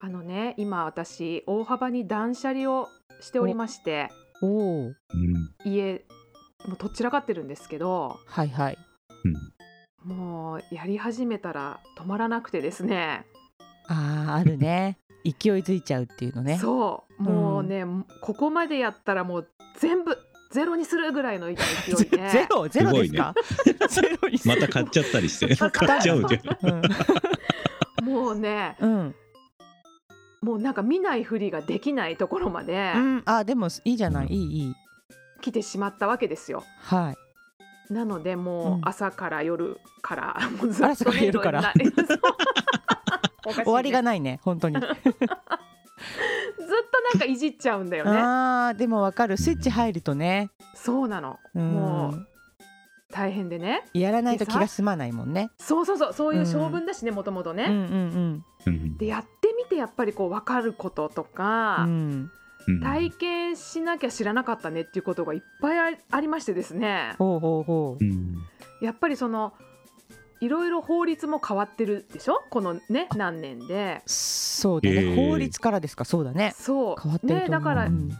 あのね、今私、大幅に断捨離をしておりまして、おお。うん。家、もうとっちらかってるんですけど、はいはい。うん。もうやり始めたら止まらなくてですね。ああ、あるね。 勢いづいちゃうっていうのね。そう、もうね、うん、ここまでやったらもう全部ゼロにするぐらいの勢いで、ね。 ゼロゼロです か？すね、ゼロにまた買っちゃったりし て、買っちゃうじゃん。うん、 もうね、うん、もうなんか見ないふりができないところまで、うん、あでもいいじゃない、いいいい。来てしまったわけですよ。はい。なのでもう朝から夜から、もうずっと夜から。 終わりがないね本当にずっとなんかいじっちゃうんだよねあでもわかるスイッチ入るとねそうなのもう大変でねやらないと気が済まないもんねそうそうそうそういう性分だしねもともとね、うんうんうん、でやってみてやっぱりこう分かることとか、うん、体験しなきゃ知らなかったねっていうことがいっぱいありましてですねほうほうほう、うん、やっぱりそのいろいろ法律も変わってるでしょこのね何年でそうだね、えー、法律からですかそうだねそう変わってねだから、うん、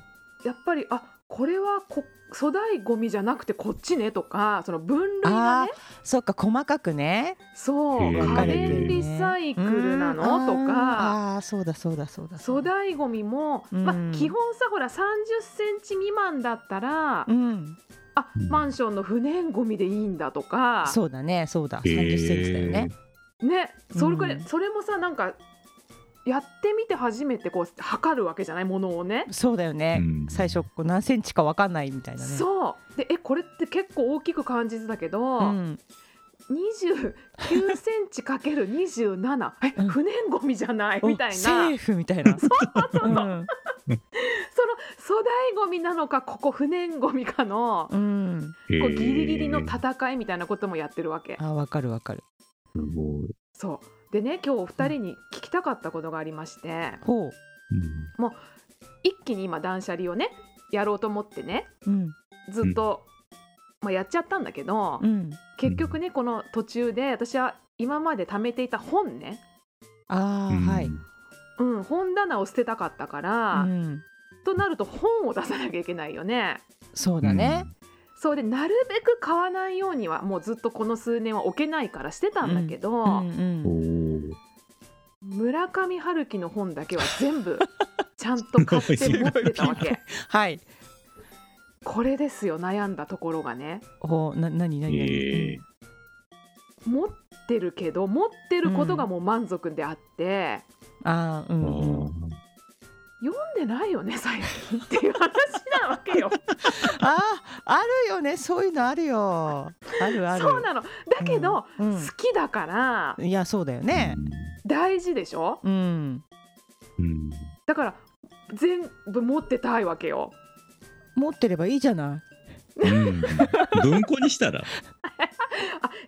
やっぱりあこれはこ粗大ごみじゃなくてこっちねとかその分類がねそうか細かくねそう、えー、家電リサイクルなの、とかあそうだそうだそうだ粗大ごみも、まあ基本さほら3 0ンチ未満だったら、うん、あ、マンションの不燃ごみでいいんだとか。そうだね、そうだ、三十センチだよね。えー、ね、それくらい、うん、それもさ、なんか。やってみて初めてこう測るわけじゃないものをねそうだよね、うん、最初こう何センチか分かんないみたいなねそうでえこれって結構大きく感じてたけど、うん、29センチかける27え、不燃ごみじゃないみたいなセーフみたいな そうそうそう、うんその粗大ごみなのかここ不燃ごみかの、うん、こうギリギリの戦いみたいなこともやってるわけ。あわかるわかる。すごい、そうでね今日お二人に聞きたかったことがありまして、うん、もう一気に今断捨離をねやろうと思ってね、うん、ずっと、まあ、やっちゃったんだけど、うん、結局ねこの途中で私は今まで貯めていた本ね。あー、はいうん、本棚を捨てたかったから、うん、となると本を出さなきゃいけないよね。そうだね、そうでなるべく買わないようにはもうずっとこの数年は置けないからしてたんだけど、うんうんうん、村上春樹の本だけは全 部ちゃんと買って持ってたわけ。はい、これですよ悩んだところがね。おな何何何、えー、持ってるけど持ってることがもう満足であって。あうん、うん、読んでないよね最近っていう話なわけよああるよねそういうのあるよあるあ るそうなのだけど、うんうん、好きだからいやそうだよね大事でしょ、うん、だから全部持ってたいわけよ持ってればいいじゃないうん、文庫 にしたら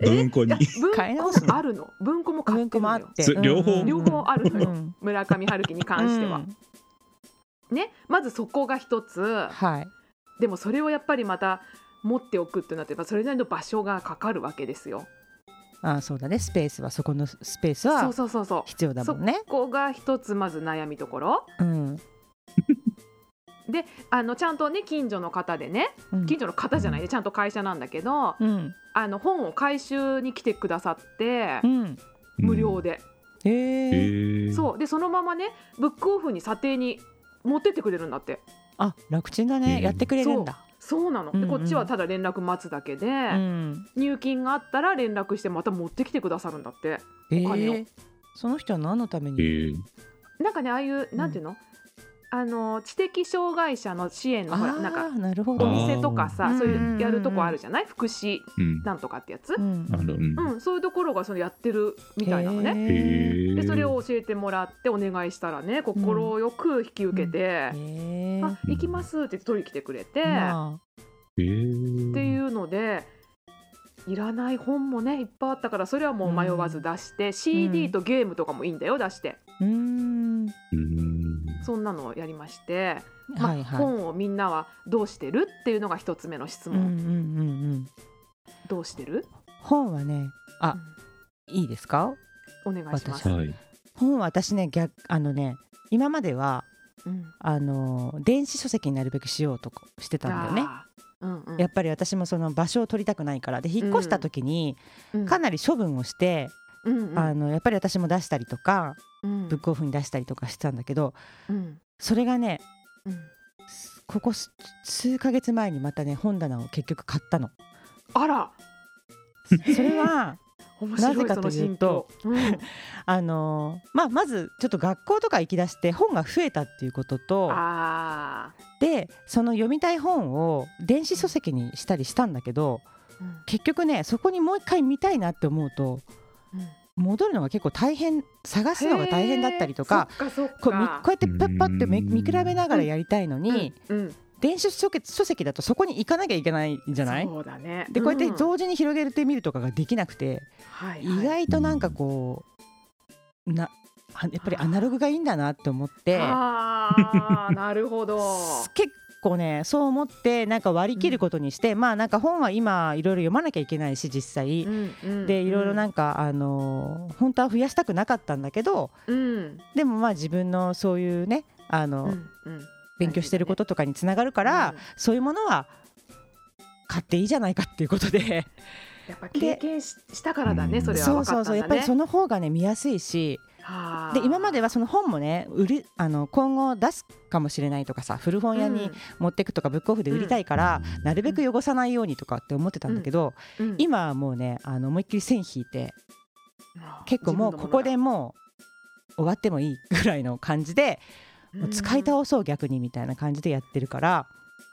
文庫に、文庫あるの文庫も買ってもあって両方両方あるのよ、うん、村上春樹に関しては、うん、ねまずそこが一つ、はい、でもそれをやっぱりまた持っておくってなってばそれなりの場所がかかるわけですよあそうだねスペースはそこのスペースはそうそうそうそう必要だもんねそこが一つまず悩みどころ、うんであのちゃんとね近所の方でね、うん、近所の方じゃないでちゃんと会社なんだけど、うん、あの本を回収に来てくださって、うん、無料で。えー、そうでそのままねブックオフに査定に持ってってくれるんだってあ楽ちんだね、えー、やってくれるんだそうなの、うんうん、こっちはただ連絡待つだけで、入金があったら連絡してまた持ってきてくださるんだって、えー、お金を、その人は何のために、えー、なんかねああいうなんていうの、あの知的障害者の支援のほらなんかなるほ、どお店とかさそういうやるとこあるじゃない、うんうん、福祉なんとかってやつ、うんうんうん、そういうところがそのやってるみたいなのねでそれを教えてもらってお願いしたらね快く引き受けて「うんうん、あ行きます」って取り来てくれて、っていうので。いらない本もねいっぱいあったからそれはもう迷わず出して、CD とゲームとかもいいんだよ出して。うんそんなのをやりまして、まあ、はいはい、本をみんなはどうしてるっていうのが一つ目の質問。うんうんうんうん、どうしてる本はねあ、うん、いいですかお願いします、はい、本は私ね逆あのね今まではうんあの電子書籍になるべくしようとかしてたんだよね。あーうんうんやっぱり私もその場所を取りたくないからで引っ越した時にうんかなり処分をして、うんうんあのやっぱり私も出したりとか、うんブックオフに出したりとかしてたんだけどうんそれがねうんここす数ヶ月前にまたね本棚を結局買ったの。あらそれ は面白いなぜかそとのい心うと境うんあのまあ、まずちょっと学校とか行き出して本が増えたっていうこととあでその読みたい本を電子書籍にしたりしたんだけどーうん結局ねそこにもう一回見たいなって思うとうん戻るのが結構大変探すのが大変だったりとかへーそっかそこっうみかこうやってパッパってめうん見比べながらやりたいのに、うんうん電子書籍書籍だとそこに行かなきゃいけないじゃないそうだねでこうやってん同時に広げてみるとかができなくて、はい意はい外となんかこうなあやっぱりアナログがいいんだなって思ってあーなるほ ど結構ねそう思ってなんか割り切ることにして、まあなんか本は今いろいろ読まなきゃいけないし実際、でいろいろなんんか、あのー本当は増やしたくなかったんだけどうんでもまあ自分のそういうねあの、うんうん勉強してることとかにつながるから、うんそういうものは買っていいじゃないかっていうことで やっぱ経験ししたからだねうんそれはそう分そかうったそうんやだっぱねりその方がね見やすいしはで今までははその本もね売りあの今後出すかもしれないとかさ古本屋に持ってくとかブックオフで売りたいから、なるべく汚さないようにとかって思ってたんだけど、今はもうねあの思いっきり線引いて結構もうここでもう終わってもいいぐらいの感じで、もう使いを倒そう逆にみたいな感じでやってるから、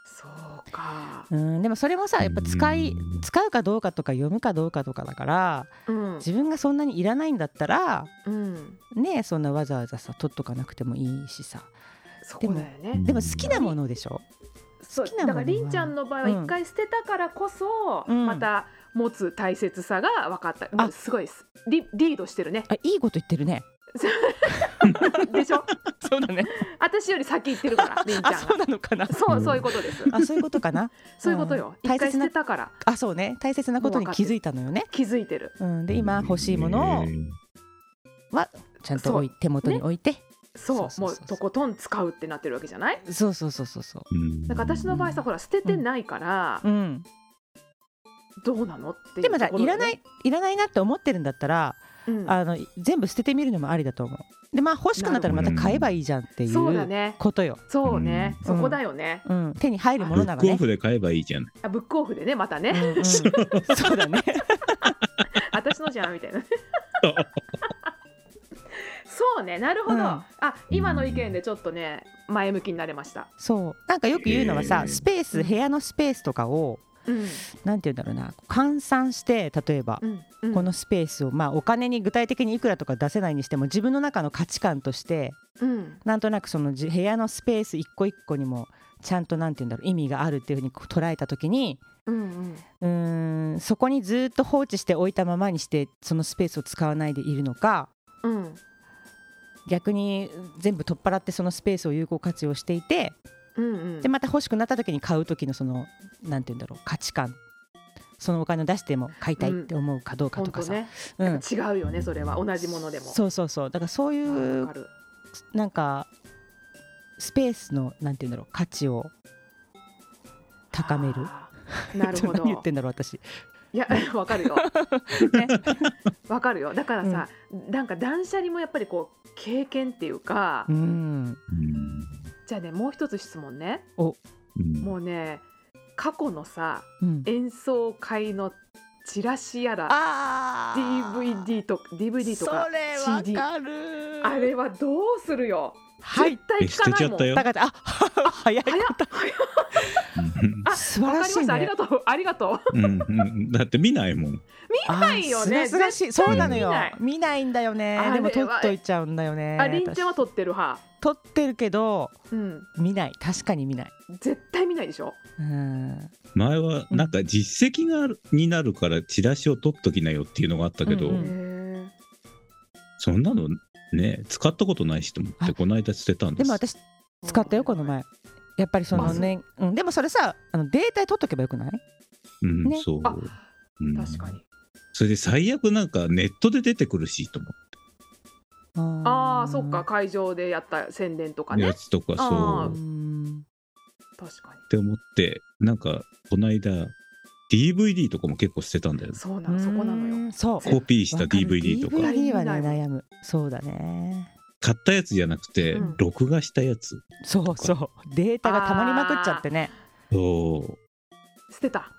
そうかうん、でもそれもさやっぱ使い、うん使うかどうかとか読むかどうかとかだからうん自分がそんなにいらないんだったらうんねそんなわざわざさ取っとかなくてもいいしさそこだよねでも好きなものでしょ、そう好きなだもかのらりはんちゃんの場合はうん一回捨てたからこそうんまた持つ大切さが分かったもうすごいですリリードしてるねあいいこと言ってるねでしょ そうだね私より先行ってるからりんちゃん あがそうなのかなそうそういうことですあそういうことかなそういうことよう一ん大回切捨なてたからあそうね大切なことに気づいたのよね、気づいてるうん、で今欲しいものをちゃんと置い手元に置いて、そそううそもうそううそうとことん使うってなってるわけじゃないそうそうそうそうそうなんか私の場合さほら捨ててないからうん、どうなのっていでうもとさころいらないいいらないなって思ってるんだったら、あの全部捨ててみるのもありだと思うでまあ欲しくなったらまた買えばいいじゃんっていそうだうねことよ、そうねうんそこだよねうん、手に入るもブのなッらクオねフで買えばいいじゃない。あブックオフでねまたうねんうん そうだね私のじゃんみたいなそうねなるほどうんあ今の意見でちょっとね前向きになれましたそうなんかよく言うのはさ、えースペース部屋のスペースとかをうんなんて言うんだろうな換算して例えば、うんうんこのスペースを、まあ、お金に具体的にいくらとか出せないにしても自分の中の価値観としてうんなんとなくそのじ部屋のスペース一個一個にもちゃんとなんて言うんだろう意味があるっていうふうにこう捉えた時にうんうんうーんそこにずっと放置して置いたままにしてそのスペースを使わないでいるのかうん逆に全部取っ払ってそのスペースを有効活用していてうんうんでまた欲しくなった時に買う時のそのなんて言うんだろう価値観そのお金を出しても買いたいって思うかどうか本とか当さ、ねうん、違うよねそれは同じものでもそうそうそうだからそういうわかるなんかスペースのなんて言うんだろう価値を高める。あーなるほ ちょっとど何言ってんだろう私。いや わかるよ ね、 わかるよだからさ、なんか断捨離もやっぱりこう経験っていうか、うん。じゃあねもう一つ質問ねももうね過去のさうん、演奏会のチラシやらあ DVD と DVD とかそれわ CD かる。あれはどうするよはい。絶捨対て聞かなちゃいもっんたよ。だからあ 早早い。っ早っあ素わ晴からりまししいた、ありね。がとうありがとううんうんだって見ないもん。見ないよねすがすがしい。そうなのよ絶対見ない。見ないんだよねあれ。はでも取っといちゃうんだよね。ありんちゃんは私撮ってる派撮ってるけどうん見ない。確かに見ない。絶対見ないでしょうん。前はなんか実績があるになるからチラシを取っときなよっていうのがあったけど、うんへうんえそんなのね使ったことないしと思ってこの間捨てたんで。ですも私使ったよこの前。やっぱりそのね、うん、でもそれさあのデータで取っとけばよくないうん、ねそうあ。うん確かにそれで最悪なんかネットで出てくるしと思ってああそっか会場でやった宣伝とかねやつとかあそうーん確かって思ってなんかこの間 DVD とかも結構捨てたんだよにねそうなのそこなのよよそうコピーしたわかる DVD とか DVD はね見ない悩むそうだね買ったやつじゃなくてうん録画したやつそうそうデータがたまりまくっちゃってねを捨てた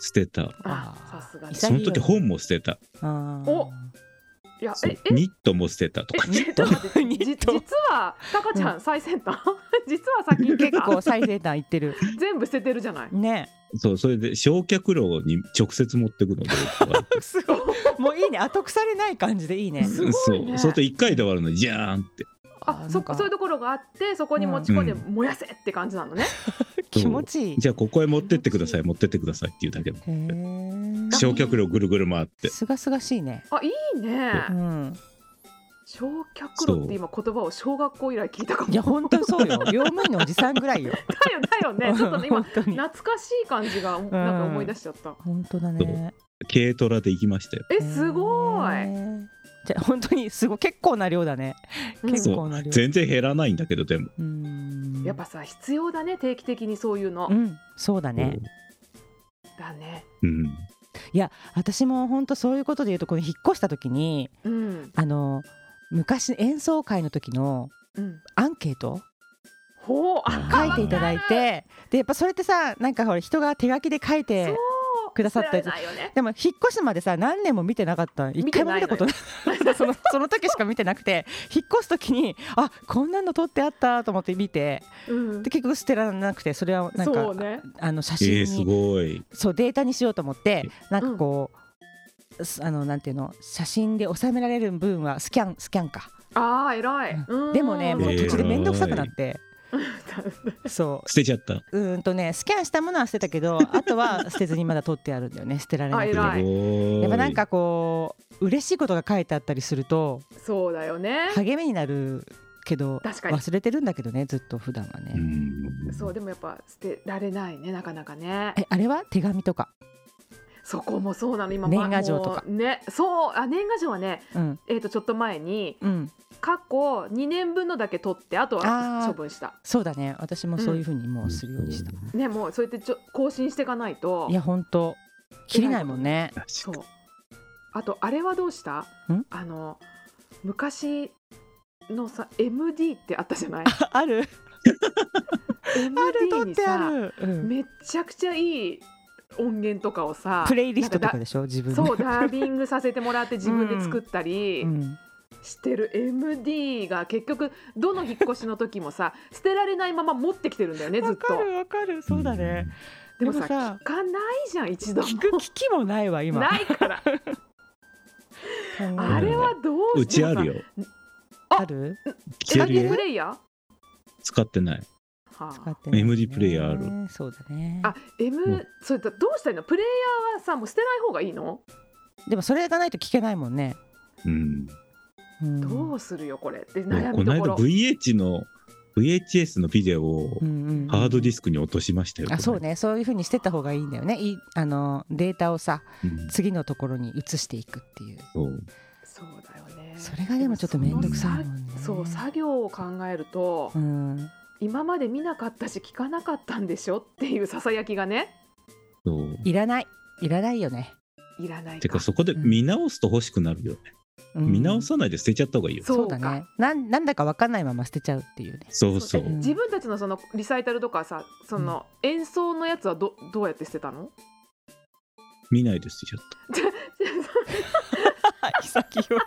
捨てたああーさすがにその時本も捨てたあーおいやそうええニットも捨てたとかえちょっと待って ニットじ実はタカちゃん最先端 実は先行って結た構最先端いってる全部捨ててるじゃないねそうそれで焼却炉に直接持ってくので僕はすごいもういいね後腐れない感じでいいねすごいねそうそれと一回で終わるのじゃーんってあそっかそういうところがあってそこに持ち込んで燃やせって感じなのね気持ちいいじゃあここへ持ってってください持ってってくださいっていうだけでへー焼却炉ぐるぐる回ってすがすがしいねあいいねうん焼却炉って今言葉を小学校以来聞いたかもいや本当そうよ用務員のおじさんぐらいよだよだよねちょっとね今本当に懐かしい感じがなんか思い出しちゃった、本当だね軽トラで行きましたよえすごへい、ーじゃあ本当にすごい結構な量だねうん結構な量全然減らないんだけどでも、うんやっぱさ必要だね定期的にそういうの、うんそうだねだねうん、私も本当そういうことで言うとこの引っ越した時にうんあの昔演奏会の時のうんアンケートほうあ書いていただいてでやっぱそれってさなんかほら人が手書きで書いそてうくださったやつ捨てられないよねでも引っ越すまでさ何年も見てなかった一回も見たことない そのその時しか見てなくて 引っ越す時にあこんなの撮ってあったと思って見てうんで結局捨てられなくてそれはなんそか、うねあの写真えー、すに、ごいそうデータにしようと思ってなんかこう、すあのなんていうの写真で収められる分はスキャンスキャンか、ああ偉い、うんでもねもうえー途中で面倒くさくなって、そ捨てちゃったううーんとねスキャンしたものは捨てたけどあとは捨てずにまだ撮ってあるんだよね捨てられないあす偉ごいーいやっぱなんかこう嬉しいことが書いてあったりすると そうだよね励みになるけど確かに忘れてるんだけどねずっと普段はね、うんそうでもやっぱ捨てられないねなかなかねえあれは手紙とか、そこもそうなの今年賀状とかもうねそうあ年賀状はねうんえっ、とちょっと前にうん、過去2年分のだけ取ってあとあはー処分したそうだね私もそういうふうにもうするようにした、ねもうそうやってちょ更新していかないといや本当切りないもんね確そうかあとあれはどうしたんあの昔のさ MD ってあったじゃないあるあ MD るに取ってあさる、うんめちゃくちゃいい音源とかをさプレイリストとかなんだでしょ自分のそうダービングさせてもらって自分で作ったり、 うんしてる MD が結局どの引っ越しの時も さ捨てられないまま持ってきてるんだよねずっわとかるわかるそうだね、でもさでもさ聞かないじゃん一度も聞く聞きもないわ今ないから考えあれはどううちあるよある消ええるプよレイヤー、は使ってないあ使ってない MD プレイヤーあるそうだねあ M それどうしたらいいのプレイヤーはさもう捨てない方がいいの、でもそれがないと聞けないもんね、うんうん、どうするよこれって僕悩こみのどころ間 VH の VHS のビデオをうんうんハードディスクに落としましたよ、あそうねそういうふうにしてった方がいいんだよねいあのデータをさうん次のところに移していくっていうそうそうだよねそれがでもちょっと面倒くさいもんねそのさそう作業を考えると、うん今まで見なかったし聞かなかったんでしょっていうささやきがねそういらないいらないよね、いらないてかそこで見直すと欲しくなるよね、うん見直さないで捨てちゃった方がいいよ、そうそうだかねなんなんだかわかんないまま捨てちゃうっていうねそうそうえ自分たちのそのリサイタルとかさその演奏のやつはどどうやって捨てたの見ないで捨てちゃった潔いわ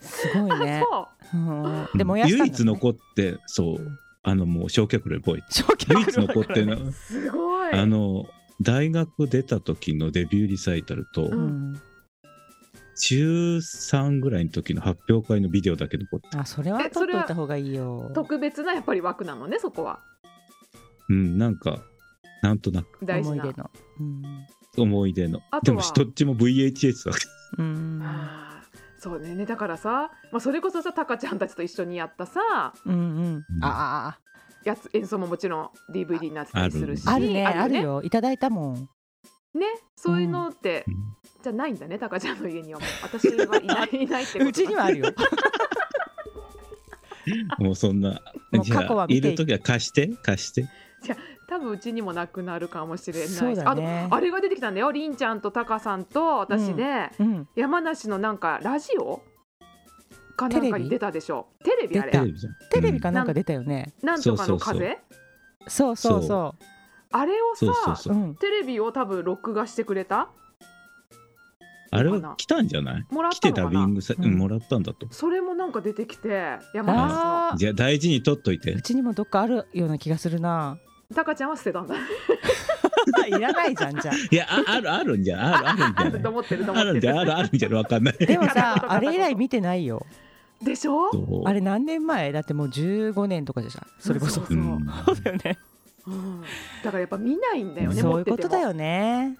すごいね、そううん、うんで燃やしたんだ、唯ね、一残ってそう、うんあのもう焼却炉にポイって 焼却炉唯一残ってな、すごいあの大学出た時のデビューリサイタルと、ううん、中3ぐらいの時の発表会のビデオだけ残ってあそれはえ取それっとはいた方がいいよ特別なやっぱり枠なのねそこはうんなんかなんとなく大事思いな出のうん、思い出のあとはでもどっちも VHS だうんあーそうねねだからさ、まあ、それこそさタカちゃんたちと一緒にやったさうんうん、あやつ演奏ももちろん DVD になってたりするしあああるねあるよねよいただいたもんねそういうのって、じゃないんだねタカちゃんの家にはもう私はいないいないってことだうちにはあるよ もうそんなもうじゃ過去はあ見いてる時は貸して貸して多分うちにもなくなるかもしれないそうだねあとあれが出てきたんだよりんちゃんとタカさんと私で、うん山梨のなんかラジオかなんかに出たでしょテレビあ出テたれレビじゃんテレビかなんか出たよね、なんとかのそうそうそう風そうそうそあれをさそうそううそううんテレビを多分録画してくれたあれは来たんじゃないもらっ来たてのたかビンなグさ、うんもらったんだとそれもなんか出てきて山梨のああじゃあ大事に取っというてちにもどっかあるような気がするなタカちゃんは捨てたんだ いらないじゃんじゃあ いやああるあるんじゃんあるああるるんじゃなとい思ってると思あっるてんじゃるんあるあるんじゃわかんないでも片言さ片言あれ以来見てないよでしょそうあれ何年前だってもう15年とかでしょそれこそそううそうんそうだよねうんだからやっぱ見ないんだよねそう持いってうてこもとだよね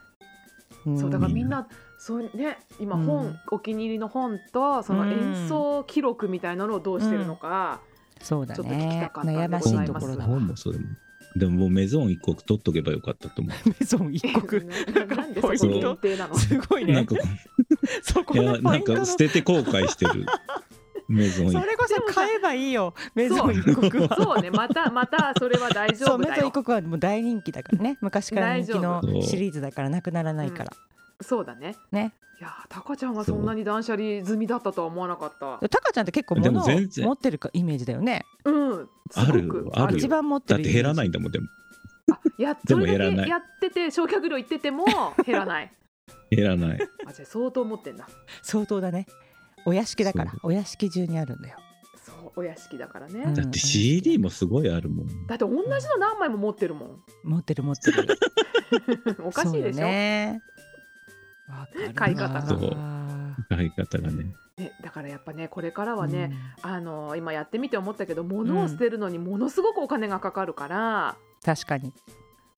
そうだんからみんなそうね今うん本、お気に入りの本とその演奏記録みたいなのをどうしてるのか、そうだちょっと聞きたねかったんで悩ましございいとまこすろだわ本もそれもでももうメゾン一国取っとけばよかったと思 メゾン一 国ななんでそこ限定なのすごいうなねんかそこいがやポなイんントのか捨そてて後悔してるメゾン一国れこそ買えばいいよメゾン一国はそうねまたまたそれは大丈そう夫メだゾンよ一国はもう大人気だからね昔から人気の大丈夫シリーズだからなくならないからそうだねねいやータカちゃんがそんなに断捨離済みだったとは思わなかったタカちゃんって結構で物もを全然持ってるかイメージだよねうんすあるごくあるよ一番持ってだるっイメージて減らないんだもんでもあや でそもれ減らないだけやってて焼却量いってて も減らない減らないあじゃあ相当持ってんだ相当だねお屋敷だからそうお屋敷中にあるんだよそうお屋敷だからね、うんだって CD もすごいあるもんだって同じの何枚も持ってるもん 持ってる持ってるおかしいでしそうょ、ねよねわかるな買い方がそう買い方がね だからやっぱねこれからはね、あの今やってみて思ったけど物を捨てるのにものすごくお金がかかるから、確かに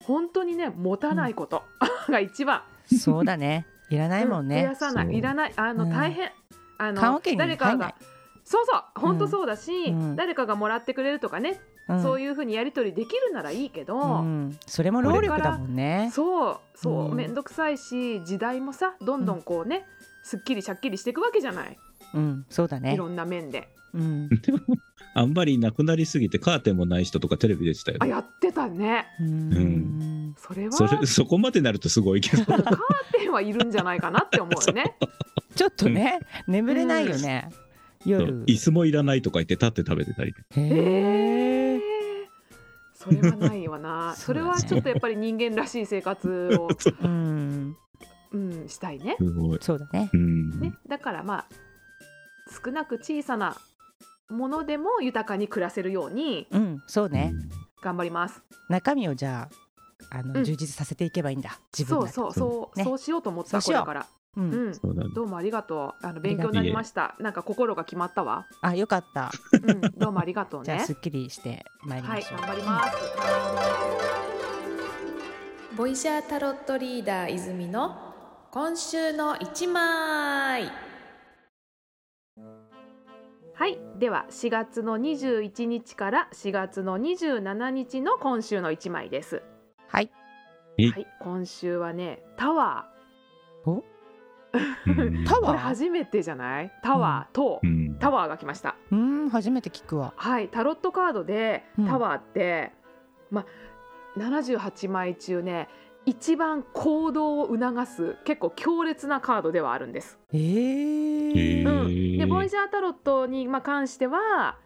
本当にね持たないこと が一番、そう だねいらないもんうん増ねやさなそいういらないあの、うん大変あの棺桶に入誰んなかいがそうそう本当そうだし、うん誰かがもらってくれるとかね、そういいうふうにやり取りできるならいいけど、んそれも労力だもんねそうそう、うんめんどくさいし時代もさどんどんこうね、すっきりしゃっきりしていくわけじゃない、うんそうだいねろんな面で。うんでもあんまりなくなりすぎてカーテンもない人とかテレビ出てたよあやってたねうんそれはそれそこまでなるとすごいけどカーテンはいるんじゃないかなって思うよ ね。ちょっとね眠れないよね夜椅子もいらないとか言って立って食べてたりへへえーそれはないわな。そ そうれだねはちょっとやっぱり人間らしい生活 を、うんうん、したいね。すごいそうだねうん、ね、だからまあ少なく小さなものでも豊かに暮らせるようにうんそうねうん頑張ります。中身をじゃああうのん充実させていけばいいんだ自分そうだけそうそう、ねそうしようと思っそたうしこようれから。ううんん。そうだねどうもありがとう。あのり勉が強とうになりました。なんか心が決まったわ。あよかったうん、どうもありがとう じゃあねす。っきりしてまいりはまい、しょう頑張ります。ボイシャータロットリーダー泉の今週の一枚はい、では4月の21日から4月の27日の今週の一枚です。はいえはい、今週はね、タワうんター。これワー初めてじゃない？タワーと、うんタワーが来ました。うーん初めて聞くわはい、タロットカードでうんタワーって、ま78枚中ね、一番行動を促す結構強烈なカードではあるんです。えへーーうん、でボイジャータロットに、まあ、関しては、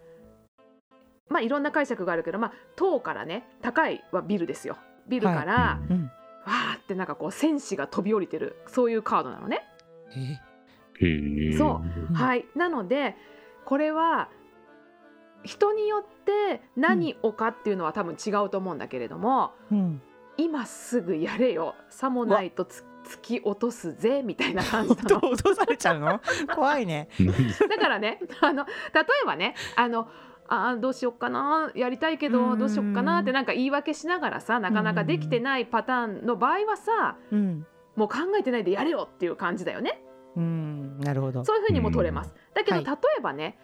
まあ、いろんな解釈があるけど、まあ、塔からね高いはビルですよビルから、はうんわーってなんかこう戦士が飛び降りてるそういうカードなのね。えへえそうんはい、なのでこれは人によって何をかっていうのは多分違うと思うんだけれども、うん今すぐやれよさもないとつ突き落とすぜみたいな感じなの。落とされちゃうの怖いねうなんでだからね、あの例えばね、あのあーどうしよっかな、やりたいけうんうんうどんどうしよっかなってなんか言い訳しながらさ、なかなかできてないパターンの場合はさ、うんもう考えてないでやれよっていう感じだよね。うんなるほどそういう風にも取れます。だけどはい例えばね、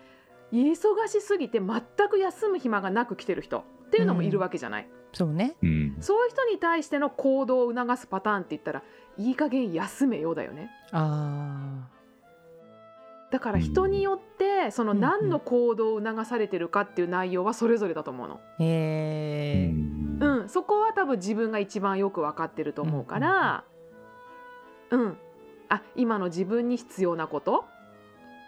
忙しすぎて全く休む暇がなく来てる人っていうのもいるわけじゃない。そうねうん、そういう人に対しての行動を促すパターンって言ったらいい加減休めよだよねあだから人によってそのうん何の行動を促されてるかっていう内容はそれぞれだと思うの、ーへえううんん、そこは多分自分が一番よく分かってると思うからうんあ今の自分に必要なこと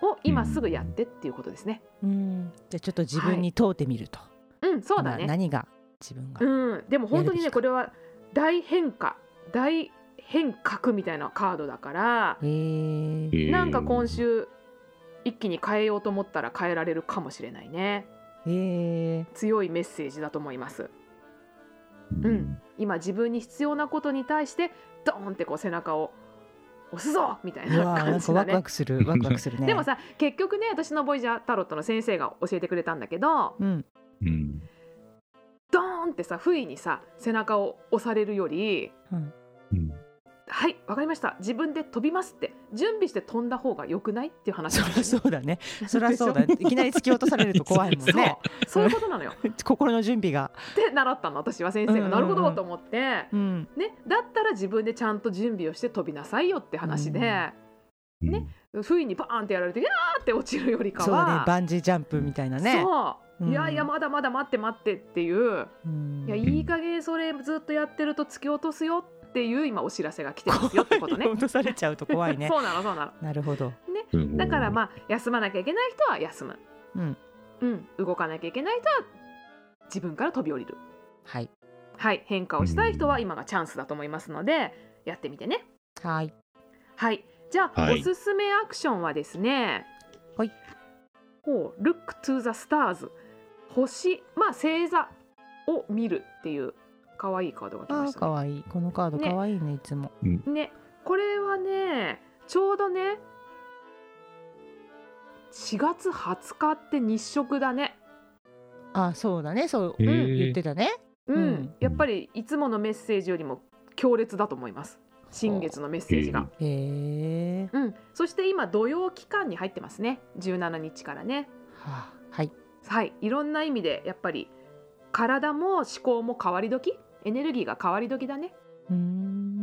を今すぐやってっていうことですねうんじゃあちょっと自分に問うてみると、うんそうだ今ね何が自分が、うんでも本当にねやるべきかこれは大変化大変革みたいなカードだからへえなんか今週一気に変えようと思ったら変えられるかもしれないねへえ強いメッセージだと思いますうん今自分に必要なことに対してドーンってこう背中を押すぞみたいうなわーな感んかじだワクねワクするワクワクするねでもさ結局ね私のボイジャータロットの先生が教えてくれたんだけどうんうんドーンってさ不意にさ背中を押されるよりうんうんはいわかりました自分で飛びますって準備して飛んだ方が良くないっていう話そなんりでゃすそようだね そりゃそうだねいきなり突き落とされると怖いもんねそういうことなのよ 心の準備がって習ったの私は先生うんうんうがんなるほどと思ってうんねだったら自分でちゃんと準備をして飛びなさいよって話でね不意にバーンってやられて「やー!」って落ちるよりかそうだねはバンジージャンプみたいなねそう、うんいやいやまだまだ待って待ってっていう、うんいやいい加減それずっとやってると突き落とすよっていう今お知らせが来てますよってことね落とされちゃうと怖 いね そうなのそうななるほどうんのだからまあ休まなきゃいけない人は休むうんうん動かなきゃいけない人は自分から飛び降りるはいはい変化をしたい人は今がチャンスだと思いますのでやってみてねはいはいじゃあ、はいおすすめアクションはですねはいほう Look to the stars 星まあ星座を見るっていう可愛いカードが来あまあしたね可愛いこのカードね可愛いねいつもねこれはねちょうどね4月20日って日食だねあそうだねそうへー言ってたねうん、うんやっぱりいつものメッセージよりも強烈だと思います新月のメッセージが、へえうん、そして今土曜期間に入ってますね17日からねはあはいはい、いろんな意味でやっぱり体も思考も変わり時エネルギーが変わり時だねうーん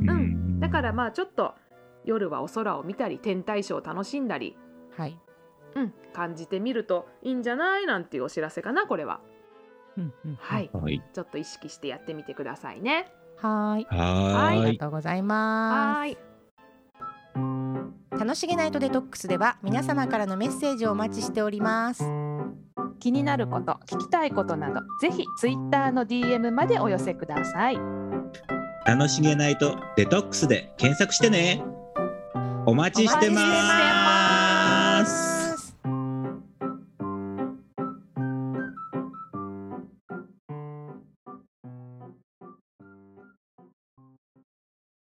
うんだからまああちょっと夜はお空を見たり天体ショーを楽しんだり、はいうん、感じてみるといいんじゃないなんていうお知らせかなこれはうんうんはいはいちょっと意識してやってみてくださいねはーいはあーりいがとうございますはーい楽しげナイトデトックスでは皆様からのメッセージをお待ちしております気になること聞きたいことなどぜひツイッターの DM までお寄せください楽しげないとデトックスで検索してねお待ちしお待ちしててまます